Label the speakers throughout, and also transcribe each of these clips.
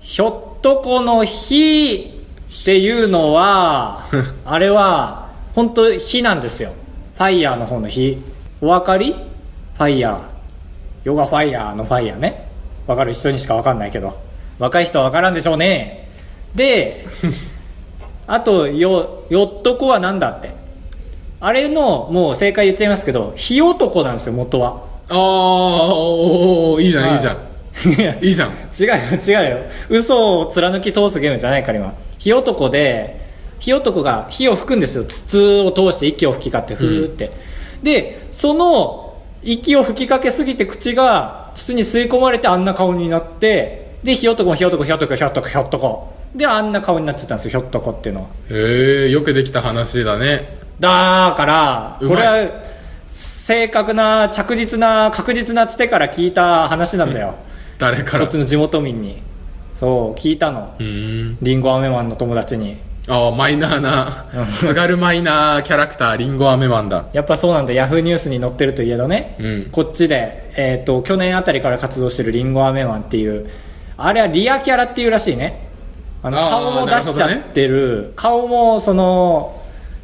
Speaker 1: ひょっとこの日っていうの は、あれは、本当火なんですよ。ファイヤーの方の火。お分かりファイヤー。ヨガファイヤーのファイヤーね。わかる人にしかわかんないけど。若い人はわからんでしょうね。 で、あと、よ、よっとこはなんだって。あれの、もう正解言っちゃいますけど、火男なんですよ、元は。
Speaker 2: あーおーおーいいじゃん、
Speaker 1: はい
Speaker 2: い、いじゃ
Speaker 1: いや
Speaker 2: んいいじゃん
Speaker 1: 違うよ違うよ嘘を貫き通すゲームじゃないから今火男で火男が火を吹くんですよ筒を通して息を吹きかってふーって、でその息を吹きかけすぎて口が筒に吸い込まれてあんな顔になってで火男も火男火男火男火男であんな顔になっちゃったんですよひょっとこっていうのは
Speaker 2: へえよくできた話だね
Speaker 1: だから
Speaker 2: う
Speaker 1: こ
Speaker 2: ま
Speaker 1: れ
Speaker 2: い
Speaker 1: は正確な着実な確実なつてから聞いた話なんだよ、
Speaker 2: 誰か
Speaker 1: こ
Speaker 2: ら
Speaker 1: っちの地元民にそう聞いたの
Speaker 2: うーん
Speaker 1: リンゴアメマンの友達に
Speaker 2: ああマイナーな津軽マイナーキャラクターリンゴアメマンだ
Speaker 1: やっぱそうなんだヤフーニュースに載ってるといえどね、
Speaker 2: うん
Speaker 1: こっちで、えー、と去年あたりから活動してるリンゴアメマンっていうあれはリアキャラっていうらしいねあの
Speaker 2: あー
Speaker 1: 顔も出しちゃってる顔もその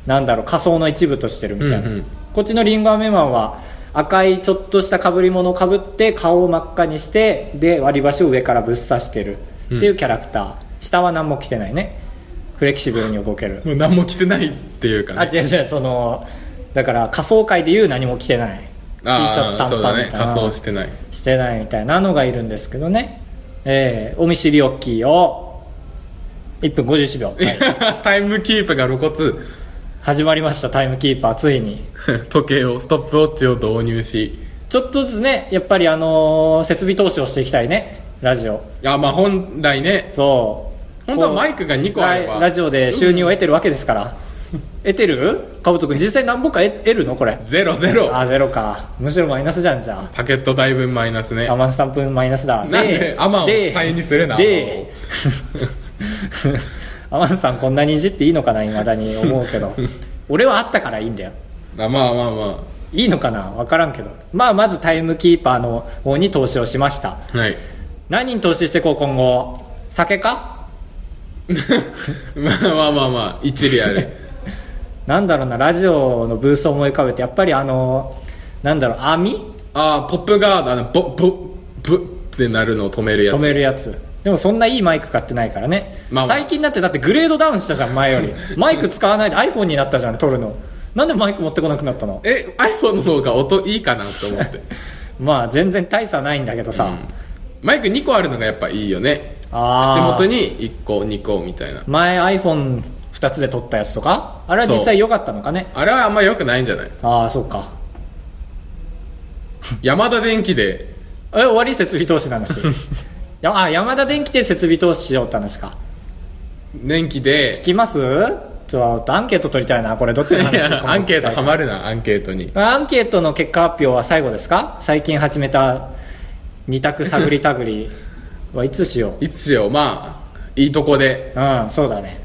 Speaker 1: なんだろう仮想の一部としてるみたいな、
Speaker 2: うんうん
Speaker 1: こっちのリンゴアメマンは赤いちょっとした被り物をかぶって顔を真っ赤にしてで割り箸を上からぶっ刺してるっていうキャラクター、下は何も着てないねフレキシブルに動ける
Speaker 2: もう何も着てないっていうか
Speaker 1: あ
Speaker 2: ね
Speaker 1: 違う違うそのだから仮装界でいう何も着てない T シ
Speaker 2: あー
Speaker 1: ャツ短
Speaker 2: そう
Speaker 1: パ
Speaker 2: だ
Speaker 1: ンみ
Speaker 2: ね
Speaker 1: たい
Speaker 2: 仮
Speaker 1: な、
Speaker 2: 装してない
Speaker 1: してないみたいなのがいるんですけどねえー、お見知りおっきいを1分51秒、はい
Speaker 2: タイムキープが露骨
Speaker 1: 始まりましたタイムキーパーついに
Speaker 2: 時計をストップウォッチを導入し
Speaker 1: ちょっとずつねやっぱりあのー設備投資をしていきたいねラジオ
Speaker 2: あまあ本来ね
Speaker 1: そう
Speaker 2: 本当はマイクが2個あれば
Speaker 1: ララジオで収入を得てるわけですから、 得てるかぶと君実際何本か得得るのこれ
Speaker 2: ゼロゼロ
Speaker 1: あゼロかむしろマイナスじゃんじゃあ
Speaker 2: パケット代分マイナスね
Speaker 1: アマン3分マイナスだ。
Speaker 2: なんでアマンを負債にするな
Speaker 1: で、 アマンさんこんなにいじっていいのかな、未だに思うけ ど。俺はあったからいいんだよ。
Speaker 2: あまあまあま
Speaker 1: いいのかなわからんけど。まあ、まずタイムキーパーの方に投資をしました。
Speaker 2: あはい
Speaker 1: 何に投資してこう、今後。酒か
Speaker 2: まあまあまあまあ一理ある
Speaker 1: なんだろうな、ラジオのブースを思い浮かべて、やっぱりあの、なんだろう、網
Speaker 2: ああポップガードあのボボブってなるのを止めるやつ
Speaker 1: 止めるやつ。でもそんないいマイク買ってないからね、
Speaker 2: まあまあ
Speaker 1: 最近だってだってグレードダウンしたじゃん前よ りマイク使わないで iPhone になったじゃん撮るのなんでマイク持ってこなくなったの
Speaker 2: え iPhone の方が音いいかなと思って
Speaker 1: まあ全然大差ないんだけどさ、
Speaker 2: マイク2個あるのがやっぱいいよね
Speaker 1: あ
Speaker 2: 口
Speaker 1: ー
Speaker 2: 元に1個2個みたいな
Speaker 1: 前 iPhone2 つで撮ったやつとかあれは実際良かったのかね
Speaker 2: あれはあんま良くないんじゃない
Speaker 1: ああそうか
Speaker 2: 山田電機で
Speaker 1: え終わり設備投資の 話やあ山田電機で設備投資しようって話か
Speaker 2: 電気で
Speaker 1: 聞きますちょっとアンケート取りたいなこれどっちの話かも
Speaker 2: アンケート
Speaker 1: 聞きた
Speaker 2: ハ
Speaker 1: い
Speaker 2: マるなアンケートに
Speaker 1: アンケートの結果発表は最後ですか最近始めた二択探り探 りはいつしよ
Speaker 2: いつよまあいいとこで
Speaker 1: ううんそうだね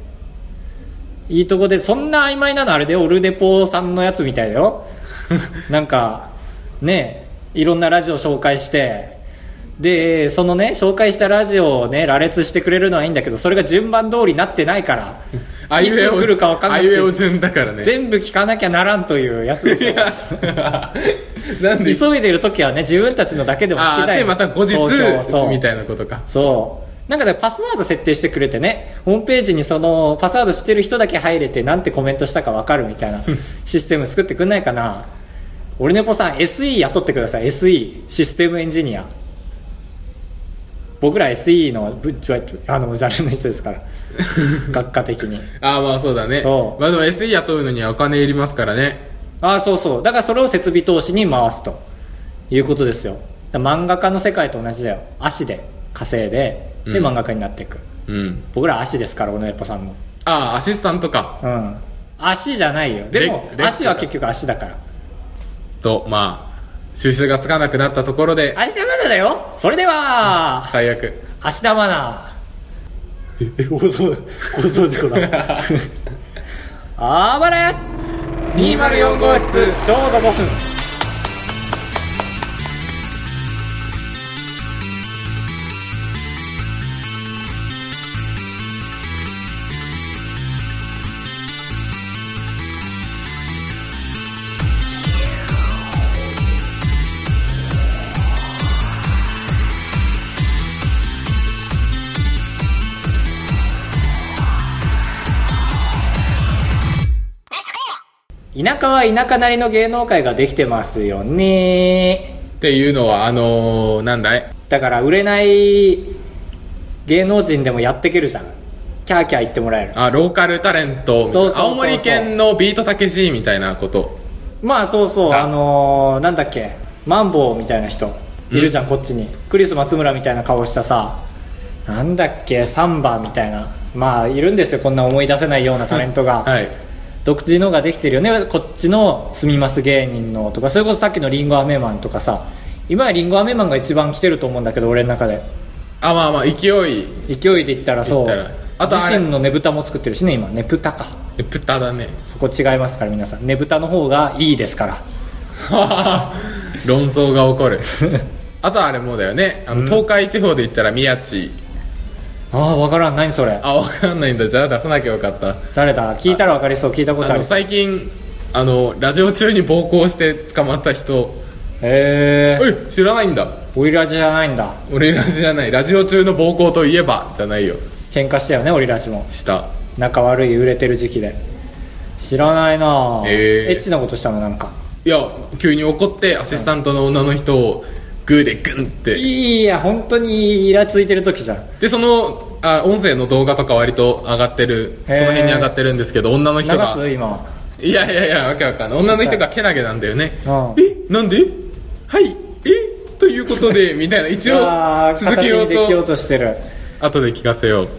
Speaker 1: いいとこでそんな曖昧なのあれでオルデポさんのやつみたいだ よなんかねいろんなラジオ紹介してでそのね紹介したラジオをね羅列してくれるのはいいんだけどそれが順番通りになってないから
Speaker 2: あ
Speaker 1: いつ
Speaker 2: いうえお
Speaker 1: 来るか分かんな
Speaker 2: あ
Speaker 1: く
Speaker 2: いうえお
Speaker 1: て
Speaker 2: 順だからね
Speaker 1: 全部聞かなきゃならんというやつ でしょ
Speaker 2: なんで
Speaker 1: 急いでる時はね自分たちのだけでも聞
Speaker 2: あ
Speaker 1: き
Speaker 2: ー
Speaker 1: たい
Speaker 2: でまた後日
Speaker 1: そうそうそう
Speaker 2: みたいなことか
Speaker 1: そうなんかだからパスワード設定してくれてねホームページにそのパスワード知ってる人だけ入れてなんてコメントしたか分かるみ たいなシステム作ってくんないかな俺ねぽさん SE 雇ってください SE システムエンジニア僕ら SE のぶあのジャンルの人です から学科的に
Speaker 2: ああまあそうだね
Speaker 1: そう
Speaker 2: まあでも SE 雇うのにはお金いりますからね
Speaker 1: ああそうそうだからそれを設備投資に回すということですよだから漫画家の世界と同じだよ足で稼いでで
Speaker 2: うん
Speaker 1: 漫画家になっていく、
Speaker 2: うん
Speaker 1: 僕ら足ですから小野やっぱさんの
Speaker 2: ああアシスタントか
Speaker 1: うん足じゃないよでも
Speaker 2: レレッド
Speaker 1: 足は結局足だから
Speaker 2: とまあ収集がつかなくなったところで
Speaker 1: 足玉だよそれでは
Speaker 2: 最悪
Speaker 1: 足玉なえ放送放送事故だあばれ
Speaker 2: 204号室
Speaker 1: ちょうど5分田舎は田舎なりの芸能界ができてますよね
Speaker 2: っていうのは、あのー、なんだい
Speaker 1: だから売れない芸能人でもやってけるじゃんキャーキャー言ってもらえる
Speaker 2: あ、ローカルタレントみたいな
Speaker 1: そうそうそうそう
Speaker 2: 青森県のビートたけしみたいなこと。
Speaker 1: まあそうそう
Speaker 2: だ
Speaker 1: あのー、なんだっけマンボウみたいな人いるじゃん、こっちにクリス松村みたいな顔したさなんだっけサンバみたいなまあいるんですよこんな思い出せないようなタレントが、
Speaker 2: はい。
Speaker 1: 独自のができてるよねこっちの住みます芸人のとかそれこそさっきのリンゴアメマンとかさ今はリンゴアメマンが一番来てると思うんだけど俺の中で
Speaker 2: あ、まあまあ、勢い、
Speaker 1: 勢いで言ったらそう
Speaker 2: 言ったらあとあれ
Speaker 1: 自身のねぶたも作ってるしね今ねぶたか
Speaker 2: プタだ ね。
Speaker 1: そこ違いますから皆さんねぶたの方がいいですから
Speaker 2: 論争が 起こる。あとあれもだよね。あの、東海地方で言ったら宮地。
Speaker 1: ああ分からん何それ
Speaker 2: あ、わかんないんだ。じゃあ出さなきゃよかった。
Speaker 1: 誰だ聞いたら分かりそう聞いたことあ
Speaker 2: あの、
Speaker 1: る
Speaker 2: 最近、あの、ラジオ中に暴行して捕まった人。
Speaker 1: へえ
Speaker 2: え、知らないんだ。
Speaker 1: オリラジじゃないんだ
Speaker 2: 俺ラジじゃない。ラジオ中の暴行といえば、じゃないよ。
Speaker 1: 喧嘩したよねオリラジも
Speaker 2: した。
Speaker 1: 仲悪い売れてる時期で知らないなあ
Speaker 2: へえ
Speaker 1: エッチなことしたのなんか
Speaker 2: いや急に怒ってアシスタントの女の人をグーでグンって
Speaker 1: いや本当にイラついてる時じゃん
Speaker 2: でそのあ音声の動画とか割と上がってるそ
Speaker 1: へー
Speaker 2: の辺に上がってるんですけど女の
Speaker 1: 流
Speaker 2: 人が
Speaker 1: す今
Speaker 2: いやいやいやわけわかんない女の人がけなげなんだよね
Speaker 1: うん
Speaker 2: えなんではいえということでみたいな一応
Speaker 1: あー
Speaker 2: 続けよ
Speaker 1: 形にできよ
Speaker 2: う
Speaker 1: う
Speaker 2: と
Speaker 1: としてる
Speaker 2: 後で聞かせよう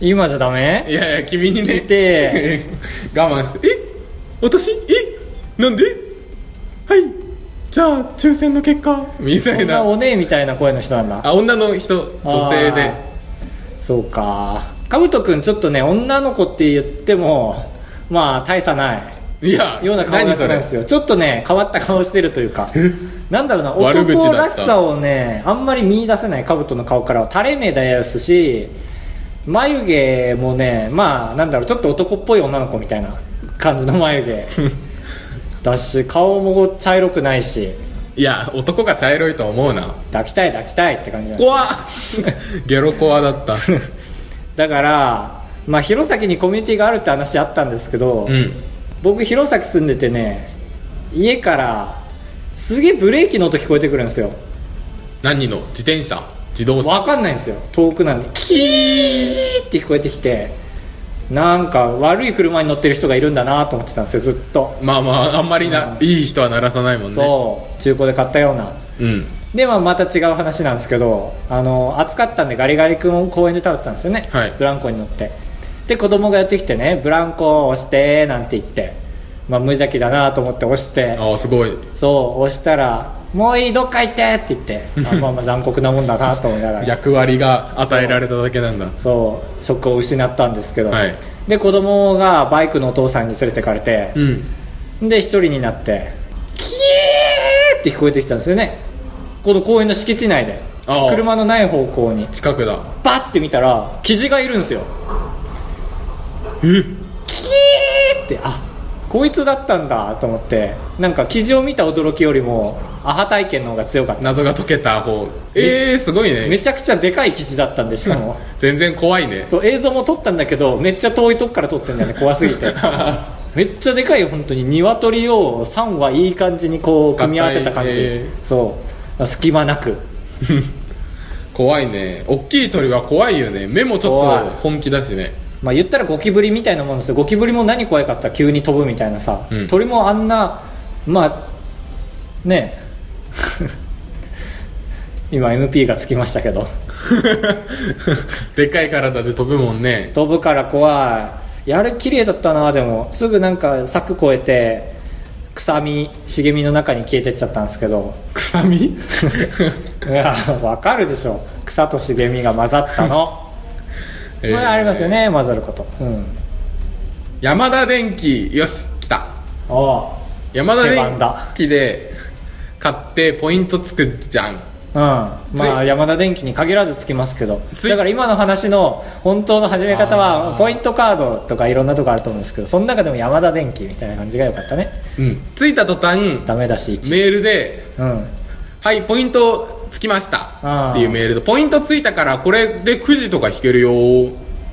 Speaker 1: 今じゃダメ
Speaker 2: いやいや君にね
Speaker 1: 聞いて
Speaker 2: 我慢してえ私えなんではいじゃあ抽選の結果みた
Speaker 1: そ
Speaker 2: い
Speaker 1: んな
Speaker 2: な
Speaker 1: おねえみたいな声の人なんだ
Speaker 2: あ女の人女性で
Speaker 1: あーそうかかぶとくんちょっとね女の子って言ってもまあ大差ない
Speaker 2: いや
Speaker 1: ような顔が
Speaker 2: 何
Speaker 1: する
Speaker 2: そ
Speaker 1: んで
Speaker 2: れ
Speaker 1: すよちょっとね変わった顔してるというかなんだろうな
Speaker 2: 悪口だった
Speaker 1: 男らしさをねあんまり見出せないかぶとの顔からは垂れ目ですし眉毛もねまあなんだろうちょっと男っぽい女の子みたいな感じの眉毛 だし顔も茶色くないし
Speaker 2: いや男が茶色いと思うな
Speaker 1: 抱きたい抱きたいって感じなんです
Speaker 2: 怖っ ゲロコアだ った
Speaker 1: だから、まあ、弘前にコミュニティがあるって話あったんですけど、
Speaker 2: うん
Speaker 1: 僕弘前住んでてね家からすげえブレーキの音聞こえてくるんですよ
Speaker 2: 何の自転車自動車
Speaker 1: わかんないんですよ遠くなんでキーって聞こえてきてなんか悪い車に乗ってる人がいるんだなと思ってたんですよずっと、
Speaker 2: まあまああんまりな、いい人は鳴らさないもんね
Speaker 1: そう中古で買ったような
Speaker 2: うん
Speaker 1: で、まあ、また違う話なんですけどあの暑かったんでガリガリ君を公園で食べてたんですよね、
Speaker 2: はい
Speaker 1: ブランコに乗ってで子供がやってきてね「ブランコを押して」なんて言って、まあ、無邪気だなと思って押して
Speaker 2: ああすごい
Speaker 1: そう押したら「もういいどっか行って」って言って あまあまあ残酷なもんだなと思いながら
Speaker 2: 役割が与えられただけなんだ
Speaker 1: そう職を失ったんですけど、
Speaker 2: はい
Speaker 1: で子供がバイクのお父さんに連れてかれて
Speaker 2: う、ん
Speaker 1: で一人になってキーって聞こえてきたんですよねこの公園の敷地内で
Speaker 2: ああ
Speaker 1: 車のない方向に
Speaker 2: 近くだ
Speaker 1: バッて見たらキジがいるんですよ
Speaker 2: え
Speaker 1: えってあこいつだったんだと思ってなんかキジを見た驚きよりもアハ体験の方が強かった
Speaker 2: 謎が解けた方えー、すごい
Speaker 1: め
Speaker 2: ね
Speaker 1: ちゃくちゃでかいキジだったんでしか も
Speaker 2: 全然怖いね
Speaker 1: そう映像も撮ったんだけどめっちゃ遠いとこから撮ってんだよね怖すぎ てめっちゃでかいよ本当に鶏を3羽いい感じにこう組み合わせた感じ、
Speaker 2: 合体え
Speaker 1: そう隙間なく
Speaker 2: 怖いね大きい鳥は怖いよね目もちょ
Speaker 1: 怖
Speaker 2: っ
Speaker 1: い
Speaker 2: と本気だしね
Speaker 1: まあ言ったらゴキブリみたいなもんですよゴキブリも何怖いかって言ったら急に飛ぶみたいなさ、
Speaker 2: うん
Speaker 1: 鳥もあんなまあね え今 MP がつきましたけど
Speaker 2: でっかい体で飛ぶもんね
Speaker 1: 飛ぶから怖いいやあれ綺麗だったなでもすぐなんか柵越えて草み茂みの中に消えてっちゃったんですけど
Speaker 2: 臭み
Speaker 1: いやわかるでしょ草と茂みが混ざった のこ
Speaker 2: え
Speaker 1: れ
Speaker 2: ー
Speaker 1: ありますよね混ざることうん
Speaker 2: 山田電機よし来た
Speaker 1: お
Speaker 2: 山田電
Speaker 1: 手番だ
Speaker 2: 機で買ってポイントつくじゃん
Speaker 1: うん、まあ山田電機に限らずつきますけど
Speaker 2: つい
Speaker 1: だから今の話の本当の始め方
Speaker 2: あ
Speaker 1: は
Speaker 2: ー
Speaker 1: ポイントカードとかいろんなとこあると思うんですけどその中でも山田電機みたいな感じが良かったね
Speaker 2: うんついた途端
Speaker 1: ダメだし1
Speaker 2: メールで
Speaker 1: うん
Speaker 2: 「はいポイントつきました」
Speaker 1: あー
Speaker 2: っていうメールで「ポイントついたからこれでくじとか引けるよ」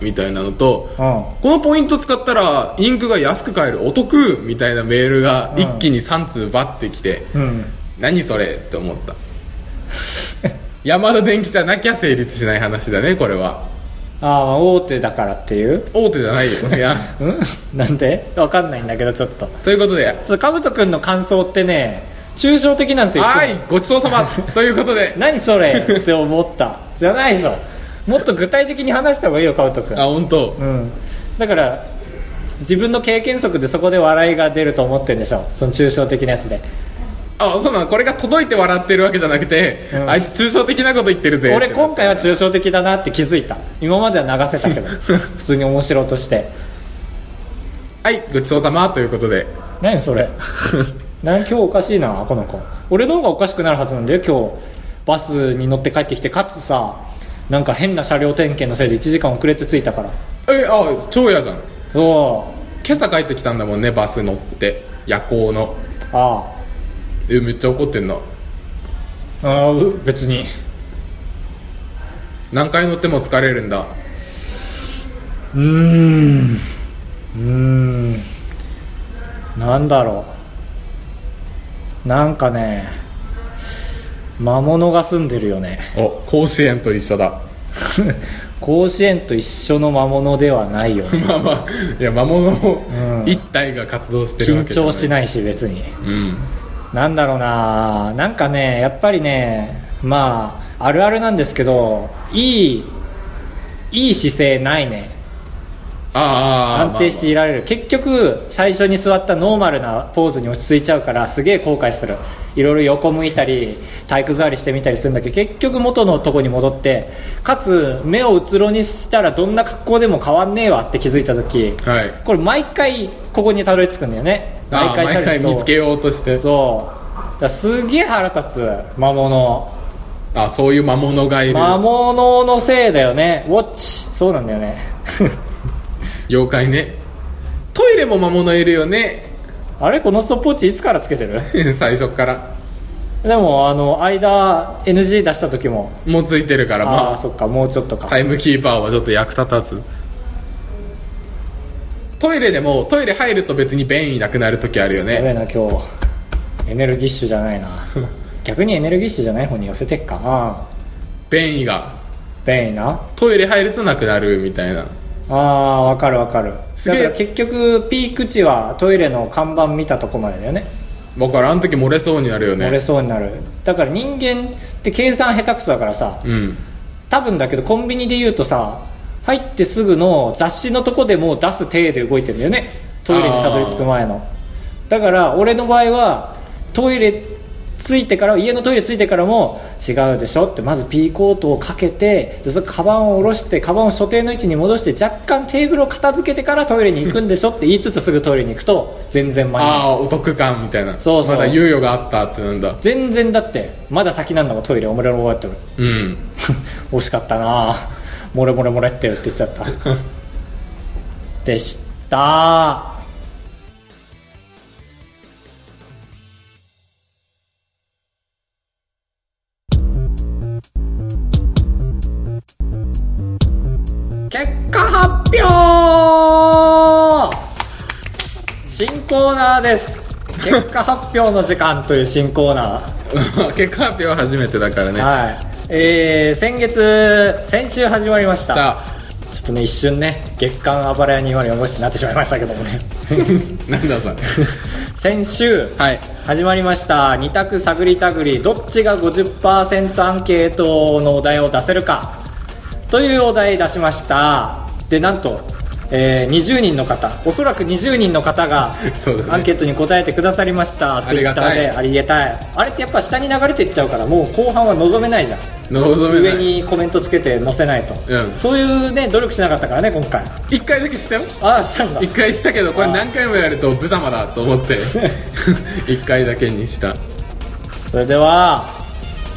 Speaker 2: みたいなのと、
Speaker 1: うん
Speaker 2: このポイント使ったらインクが安く買えるお得みたいなメールが一気に3通バッてきて、
Speaker 1: うん
Speaker 2: 何それって思った 山田電機じゃなきゃ成立しない話だねこれは
Speaker 1: ああ大手だからっていう
Speaker 2: 大手じゃないよ いや
Speaker 1: うんなんでわかんないんだけどちょっと
Speaker 2: ということで
Speaker 1: そうかぶとくんの感想ってね抽象的なんですよいつも
Speaker 2: はいごちそうさまということで
Speaker 1: 何それって思ったじゃないでしょもっと具体的に話した方がいいよかぶとくん
Speaker 2: あ本当
Speaker 1: うんだから自分の経験則でそこで笑いが出ると思ってるんでしょその抽象的なやつで
Speaker 2: あそうなのこれが届いて笑ってるわけじゃなくて、
Speaker 1: うん
Speaker 2: あいつ抽象的なこと言ってるぜ
Speaker 1: 俺今回は抽象的だなって気づいた今までは流せたけ ど普通に面白として
Speaker 2: はいごちそうさまということで
Speaker 1: 何それなん今日おかしいなこの子俺の方がおかしくなるはずなんだよ今日バスに乗って帰ってきてかつさなんか変な車両点検のせいで1時間遅れて着いたから
Speaker 2: えあ超嫌じゃん
Speaker 1: お
Speaker 2: 今朝帰ってきたんだもんねバス乗って夜行の
Speaker 1: あ
Speaker 2: えめっちゃ怒ってんな
Speaker 1: あああう別に
Speaker 2: 何回乗っても疲れるんだ
Speaker 1: うーんうーんなんだろうなんかね魔物が住んでるよ ね
Speaker 2: お甲子園と一緒だ
Speaker 1: 甲子園と一緒の魔物ではないよね
Speaker 2: まあまあいや魔物
Speaker 1: う
Speaker 2: も
Speaker 1: ん
Speaker 2: 一体が活動してるわ
Speaker 1: 緊
Speaker 2: けじゃ
Speaker 1: 張し
Speaker 2: な
Speaker 1: な
Speaker 2: い
Speaker 1: いし別に
Speaker 2: うん
Speaker 1: なんだろうななんかねやっぱりねまああるあるなんですけどいいいい姿勢ないね
Speaker 2: ああ
Speaker 1: 安定していられる、結局最初に座ったノーマルなポーズに落ち着いちゃうからすげえ後悔するいろいろ横向いたり体育座りしてみたりするんだけど結局元のとこに戻ってかつ目をうつろにしたらどんな格好でも変わんねえわって気づいた時
Speaker 2: まあまあはい
Speaker 1: これ毎回ここにたどり着くんだよね
Speaker 2: あー毎
Speaker 1: チャレ
Speaker 2: 回
Speaker 1: ンジ
Speaker 2: 見つけようとして
Speaker 1: そうだからすげえ腹立つ魔物
Speaker 2: あそういう魔物がいる
Speaker 1: 魔物のせいだよねウォッチそうなんだよね
Speaker 2: 妖怪ねトイレも魔物いるよね
Speaker 1: あれこのストップウォッチいつからつけてる
Speaker 2: 最初から
Speaker 1: でもあの間 NG 出した時も
Speaker 2: もうついてるから
Speaker 1: ああ
Speaker 2: ま
Speaker 1: ーそっかもうちょっとか、
Speaker 2: あタイムキーパーはちょっと役立たずトイレでもトイレ入ると別に便意なくなる時あるよ
Speaker 1: や
Speaker 2: ね
Speaker 1: べえな今日エネルギッシュじゃないな逆にエネルギッシュじゃない方に寄せてっかな
Speaker 2: 便意が
Speaker 1: 便利な
Speaker 2: トイレ入るとなくなるみたいな
Speaker 1: ああわかるわかる
Speaker 2: す
Speaker 1: だ
Speaker 2: げ
Speaker 1: か
Speaker 2: え
Speaker 1: ら結局ピーク地はトイレの看板見たとこまでだよね
Speaker 2: だからあの時漏れそうになるよ
Speaker 1: 漏れ
Speaker 2: ね
Speaker 1: そうになるだから人間って計算下手くそだからさ
Speaker 2: うん
Speaker 1: 多分だけどコンビニで言うとさ入ってすぐの雑誌のとこでもう出す体で動いてんだよねトイレにたどり着く前のだから俺の場合はトイレ着いてから家のトイレ着いてからも違うでしょってまずピーコートをかけてでそのカバンを下ろしてカバンを所定の位置に戻して若干テーブルを片付けてからトイレに行くんでしょって言いつつすぐトイレに行くと全然間に合わない
Speaker 2: ああーお得感みたいな
Speaker 1: そうそう
Speaker 2: まだ猶予があったってなんだ
Speaker 1: 全然だってまだ先なんだもんトイレおもれもれってる
Speaker 2: うん
Speaker 1: 惜しかったなあもれもれもれってるって言っちゃったでした結果発表新コーナーです結果発表の時間という新コーナー
Speaker 2: 結果発表は初めてだからね
Speaker 1: はい。えー、先月、先週始まりました。
Speaker 2: さあ
Speaker 1: ちょっとね、一瞬ね、月刊あばらや204号室になってしまいましたけどもね。
Speaker 2: なんだそれ
Speaker 1: 先週、
Speaker 2: はい
Speaker 1: 始まりました。二択探り探り、どっちが50%アンケートのお題を出せるか。というお題出しました。で、なんと、えー、20人の方、おそらく20人の方が、
Speaker 2: そうだね
Speaker 1: アンケートに答えてくださりました。
Speaker 2: ありがたい
Speaker 1: Twitter でありがたい。あれってやっぱ下に流れていっちゃうから、もう後半は望めないじゃん。
Speaker 2: 望めな
Speaker 1: 上
Speaker 2: い
Speaker 1: にコメントつけて載せないと、
Speaker 2: うん
Speaker 1: そういうね努力しなかったからね今回
Speaker 2: 一回だけしたよ
Speaker 1: ああしたんだ
Speaker 2: 一回したけどこれ何回もやると無様だと思 って一回だけにした
Speaker 1: それでは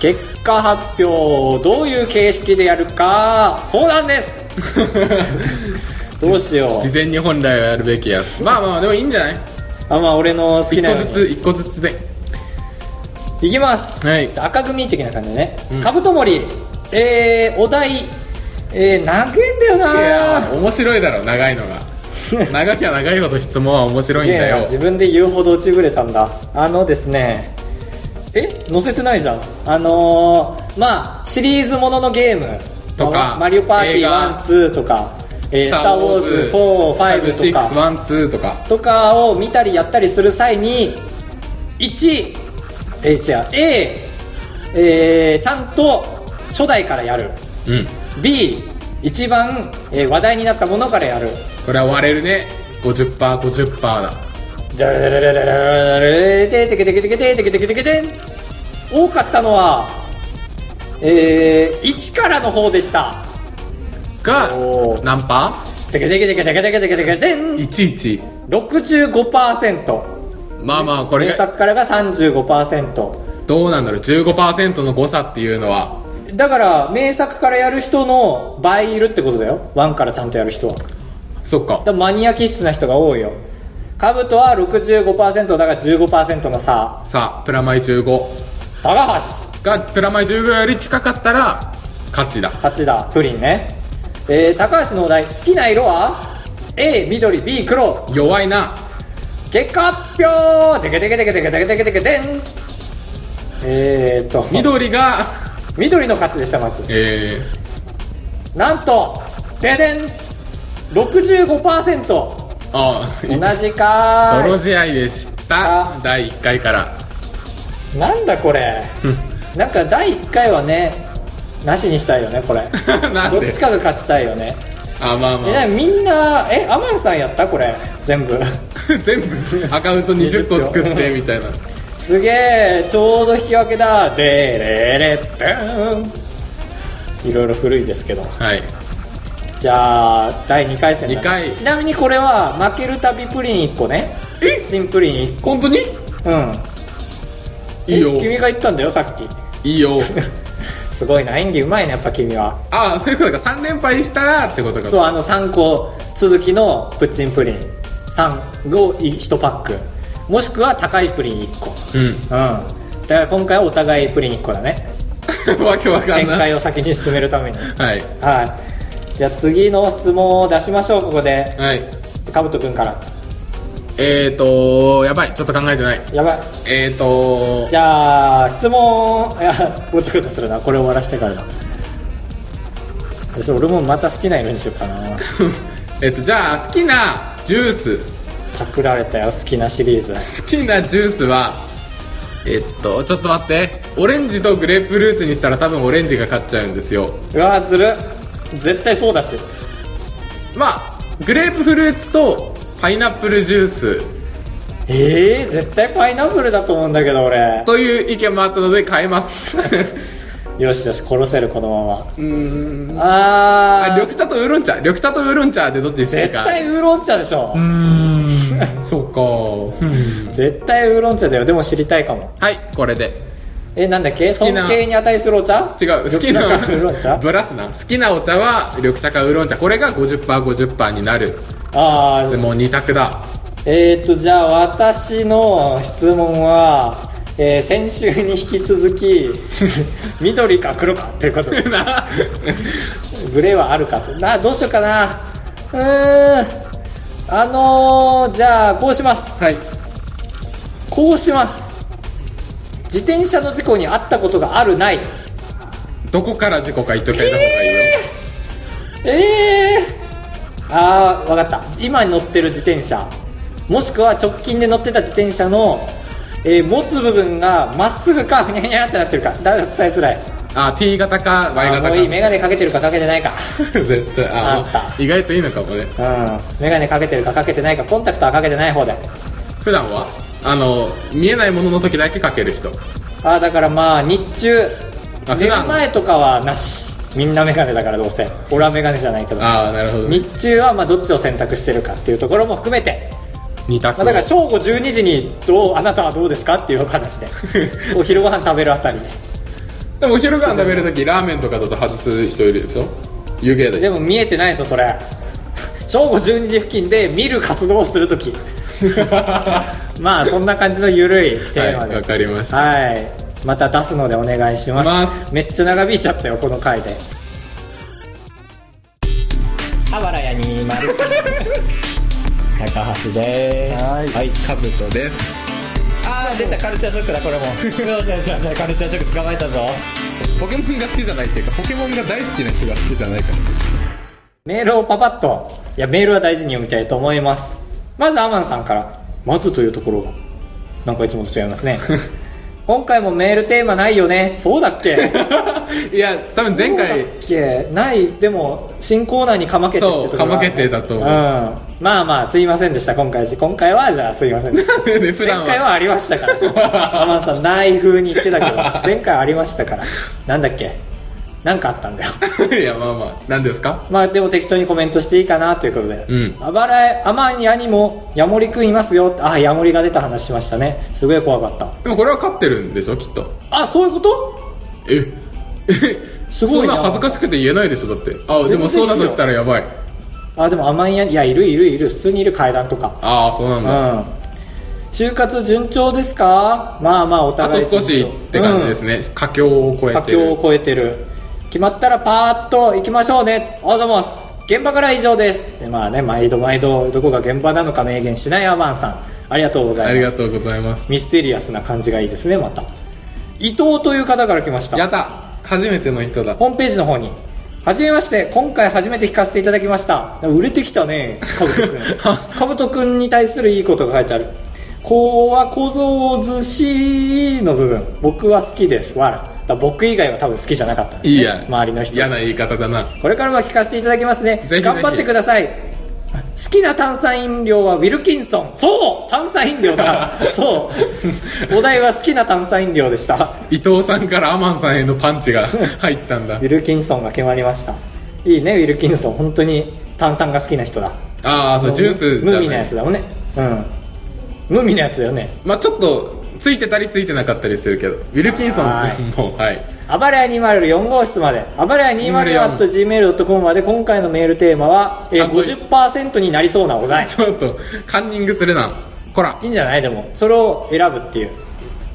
Speaker 1: 結果発表をどういう形式でやるかそうなん ですどうしよ
Speaker 2: 事
Speaker 1: う
Speaker 2: 前に本来はやるべきやつまあまあでもいいんじゃない
Speaker 1: あまあ俺の好き
Speaker 2: 一
Speaker 1: な
Speaker 2: 個
Speaker 1: や
Speaker 2: ず
Speaker 1: つ
Speaker 2: つ一個ずつで
Speaker 1: いきます、
Speaker 2: はい
Speaker 1: じゃあ赤組的な感じでね、
Speaker 2: ん
Speaker 1: カブトモリえー、お題えー、長えんだよ
Speaker 2: いや
Speaker 1: な
Speaker 2: 面白いだろ長いの が長きゃ長いほど質問は面白いんだ
Speaker 1: すげえな
Speaker 2: よ
Speaker 1: 自分で言うほど落ちぶれたんだあのですねえ載せてないじゃんあのー、まあシリーズもののゲーム
Speaker 2: とか
Speaker 1: まあマリオパーティ
Speaker 2: 映
Speaker 1: ー
Speaker 2: 画
Speaker 1: 12とか「えースター・ウォーズ
Speaker 2: ス
Speaker 1: 4」5とか
Speaker 2: 612とか
Speaker 1: とかを見たりやったりする際に1えー、違う A、えー、ちゃんと初代からやる
Speaker 2: うん
Speaker 1: B 一番、えー話題になったものからやる
Speaker 2: これは割れるね 50%50% だ
Speaker 1: じゃらららららららててけてけてけててけてけてけてん多かったのはえー、1からの方でしたお
Speaker 2: が
Speaker 1: ー
Speaker 2: 何パ
Speaker 1: てけてけてけてけてけてけてけて
Speaker 2: ー
Speaker 1: ん
Speaker 2: ?11
Speaker 1: 65%
Speaker 2: まあまあこれ
Speaker 1: 名
Speaker 2: が
Speaker 1: 作からが35%
Speaker 2: どうなんだろう15%の誤差っていうのは
Speaker 1: だから名作からやる人の倍いるってことだよ1からちゃんとやる人はだか
Speaker 2: そっから
Speaker 1: マニア気質な人が多いよカブトは65%だが15%の差
Speaker 2: さあプラマイ15
Speaker 1: 高橋
Speaker 2: がプラマイ15より近かったら勝ちだ
Speaker 1: 勝ちだプリンねえー、高橋のお題好きな色は A 緑 B 黒
Speaker 2: 弱いな
Speaker 1: 結果発表テケテケテケテケテケテケテケテンえー、っと
Speaker 2: 緑が
Speaker 1: 緑の勝ちでしたまず
Speaker 2: え
Speaker 1: なんとででん65%同
Speaker 2: ー、ああ
Speaker 1: じか
Speaker 2: 泥
Speaker 1: ー
Speaker 2: 試合でした
Speaker 1: あ
Speaker 2: 第1回から
Speaker 1: いなんだこれなんか第1回はねなしにしたいよねこれ
Speaker 2: なん
Speaker 1: どっ
Speaker 2: で
Speaker 1: ちかが勝ちたいよね
Speaker 2: あまあま
Speaker 1: えな
Speaker 2: あ
Speaker 1: にみんなえアマンさんやったこれ全部
Speaker 2: 全部アカウント20個作ってみたいな
Speaker 1: すげえちょうど引き分けだでれれぷんいろいろ古いですけど
Speaker 2: はい
Speaker 1: じゃあ第2回戦だね
Speaker 2: 二回
Speaker 1: ちなみにこれは負けるたびプリン1個ね
Speaker 2: え
Speaker 1: チンプリン1
Speaker 2: 本当に
Speaker 1: 個うん
Speaker 2: いいよ
Speaker 1: え君が言ったんだよさっき
Speaker 2: いいよ
Speaker 1: すごいな演技うまいねやっぱ君は
Speaker 2: ああそういうことか3連敗したらってことか
Speaker 1: そうあの3個続きのプッチンプリン3を1パックもしくは高いプリン1個
Speaker 2: う
Speaker 1: うんだから今回はお互いプリン1個だね
Speaker 2: ん わけわか
Speaker 1: 展
Speaker 2: んない
Speaker 1: 開を先に進めるために
Speaker 2: はい
Speaker 1: はいじゃあ次の質問を出しましょうここで
Speaker 2: はい
Speaker 1: かぶとくんから
Speaker 2: えーとやばいちょっと考えてない
Speaker 1: やばい
Speaker 2: えーと
Speaker 1: じゃあ質問いやごちゃごちゃするなこれ終わらしてからだそれ俺もまた好きな色にしようかな
Speaker 2: えっとじゃあ好きなジュース
Speaker 1: パクられたよ好きなシリーズ
Speaker 2: 好きなジュースはえっとちょっと待ってオレンジとグレープフルーツにしたら多分オレンジが勝っちゃうんですよ
Speaker 1: うわーずる絶対そうだし
Speaker 2: まあグレープフルーツとパイナップルジュース
Speaker 1: えー、絶対パイナップルだと思うんだけど俺
Speaker 2: という意見もあったので変えます う
Speaker 1: よしよし殺せるこのま
Speaker 2: ーん
Speaker 1: まあ
Speaker 2: あ
Speaker 1: ー
Speaker 2: 緑茶とウーロン茶緑茶とウーロン茶でどっち好きか
Speaker 1: 絶対ウーロン茶でしょ
Speaker 2: うーんそうかうん
Speaker 1: 絶対ウーロン茶だよでも知りたいかも
Speaker 2: はいこれで
Speaker 1: えなんだっけ
Speaker 2: 好きな
Speaker 1: 尊敬に値するお茶
Speaker 2: 違う好き
Speaker 1: 緑茶
Speaker 2: な
Speaker 1: かウーロン茶
Speaker 2: ブラスな好きなお茶は緑茶かウーロン茶これが 50%50% になる
Speaker 1: ああ
Speaker 2: 質問2択だ
Speaker 1: えー、っとじゃあ私の質問は、えー先週に引き続 き緑か黒かということで
Speaker 2: な
Speaker 1: グレーはあるかとなどうしようかなうーんあのー、じゃあこうします
Speaker 2: はい
Speaker 1: こうします自転車の事故に遭ったことがあるない
Speaker 2: どこから事故か言っといた方がいいよ、
Speaker 1: ええー、ああわかった今乗ってる自転車もしくは直近で乗ってた自転車の、えー持つ部分がまっすぐかふにゃふにゃってなってるかだから伝えづらい
Speaker 2: あ T 型か Y
Speaker 1: あ
Speaker 2: 型
Speaker 1: も
Speaker 2: か
Speaker 1: ういい眼鏡かけてるかかけてないか
Speaker 2: 絶対あ
Speaker 1: あっ
Speaker 2: 意外といいのかもね
Speaker 1: うん眼鏡かけてるかかけてないかコンタクトはかけてない方で
Speaker 2: 普段はあの見えないものの時だけかける人
Speaker 1: ああだからまあ日中
Speaker 2: あ普
Speaker 1: 寝
Speaker 2: 段
Speaker 1: る前とかはなしみんな眼鏡だからどうせ俺は眼鏡じゃないけど
Speaker 2: ああなるほどね
Speaker 1: 日中はまあどっちを選択してるかっていうところも含めて
Speaker 2: 2
Speaker 1: ま
Speaker 2: 択
Speaker 1: あ、だから正午12時にどうあなたはどうですかっていうお話で お昼ご飯食べるあたり
Speaker 2: でもお昼ご飯食べる時ラーメンとかだと外す人いるでしょ湯気
Speaker 1: で
Speaker 2: で
Speaker 1: でも見えてないでしょそれ正午12時付近で見る活動をすると きまあそんな感じのゆるいテーマで
Speaker 2: はいわかりました
Speaker 1: はいまた出すのでお願いします
Speaker 2: ます
Speaker 1: めっちゃ長引いちゃったよこの回で
Speaker 3: あばらや209 高橋でーす
Speaker 1: はい
Speaker 3: はい
Speaker 2: カブトです
Speaker 3: あー出たカルチャーショックだこれも よしよしよしカルチャーショック捕まえたぞ
Speaker 2: ポケモンが好きじゃないっていうかポケモンが大好きな人が好きじゃない から
Speaker 1: メールをパパッといやメールは大事に読みたいと思いますまずアマンさんから「まず」というところがなんかいつもと違います ね今回もメールテーマないよねそうだっけ
Speaker 2: いや多分 前回
Speaker 1: そうだっけないでも新コーナーにかまけてってところが、
Speaker 2: そうかまけてだと思うん
Speaker 1: まあまあすいませんでした今回今回はじゃあすいませんでした
Speaker 2: で普段
Speaker 1: 前回
Speaker 2: は
Speaker 1: はありましたから アマンさんない風に言ってたけど前回ありましたからなんだっけなんかあったんだよ
Speaker 2: いやまあまあ何ですか
Speaker 1: まあでも適当にコメントしていいかなということで、
Speaker 2: うん
Speaker 1: あばらやあまやにもヤモリくんいますよあヤモリが出た話しましたねすごい怖かった
Speaker 2: でもこれは勝ってるんでしょきっと
Speaker 1: あそういうこと
Speaker 2: ええ
Speaker 1: すごいな
Speaker 2: そんな恥ずかしくて言えないでしょだってあでもそうだとしたらやばい
Speaker 1: あでもあまやいやいるいるいる普通にいる階段とか
Speaker 2: ああそうなん
Speaker 1: うん
Speaker 2: だ、
Speaker 1: 就活順調ですかまあまあお
Speaker 2: あ
Speaker 1: 互
Speaker 2: と
Speaker 1: い
Speaker 2: 少しって感じですね、佳境を超え
Speaker 1: 佳
Speaker 2: てる
Speaker 1: 境を超えてる決まったらパーッと行きましょうねおはようございます現場からは以上ですでまあね毎度毎度どこが現場なのか明言しないアマンさんありがとうござ
Speaker 2: あ
Speaker 1: い
Speaker 2: り
Speaker 1: ます
Speaker 2: がとうございます
Speaker 1: ミステリアスな感じがいいですねまた伊藤という方から来ました
Speaker 2: やった初めての人だ
Speaker 1: ホームページの方にはじめまして今回初めて聞かせていただきました売れてきた ねかぶとくんかぶとくんに対するいいことが書いてあるこうは小僧寿司の部分僕は好きですわらだから僕以外は多分好きじゃなかったです、ね、
Speaker 2: いいや
Speaker 1: 周りの人
Speaker 2: 嫌な言い方だな
Speaker 1: これからも聞かせていただきますね
Speaker 2: ぜひぜひ
Speaker 1: 頑張ってください好きな炭酸飲料はウィルキンソンそう炭酸飲料だ そうお題は好きな炭酸飲料でした
Speaker 2: 伊藤さんからアマンさんへのパンチが 入ったんだ
Speaker 1: ウィルキンソンが決まりましたいいねウィルキンソン本当に炭酸が好きな人だ
Speaker 2: ああそうジュースじ
Speaker 1: 無
Speaker 2: ゃ
Speaker 1: 味な
Speaker 2: な
Speaker 1: や
Speaker 2: い
Speaker 1: つだもんねうん無味なやつだよね
Speaker 2: まあちょっとついてたりついてなかったりするけどウィルキンソン
Speaker 1: はー
Speaker 2: もうはい
Speaker 1: あばれや204号室まであばれや 204.gmail.com まで今回のメールテーマは、え
Speaker 2: ちゃ
Speaker 1: ー、
Speaker 2: んと
Speaker 1: 50%になりそうなお題
Speaker 2: ちょっとカンニングするなこら
Speaker 1: いいんじゃないでもそれを選ぶっていう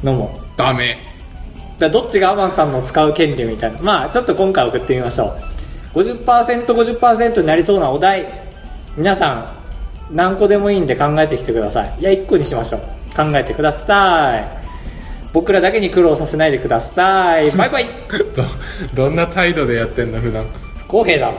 Speaker 1: のも
Speaker 2: ダメ
Speaker 1: だからどっちがアマンさんの使う権利みたいなまあちょっと今回送ってみましょう 50%50% になりそうなお題皆さん何個でもいいんで考えてきてくださいいや1個にしましょう考えてください僕らだけに苦労させないでくださいバイバイ
Speaker 2: どどんな態度でやってんの普段
Speaker 1: 不公平だろ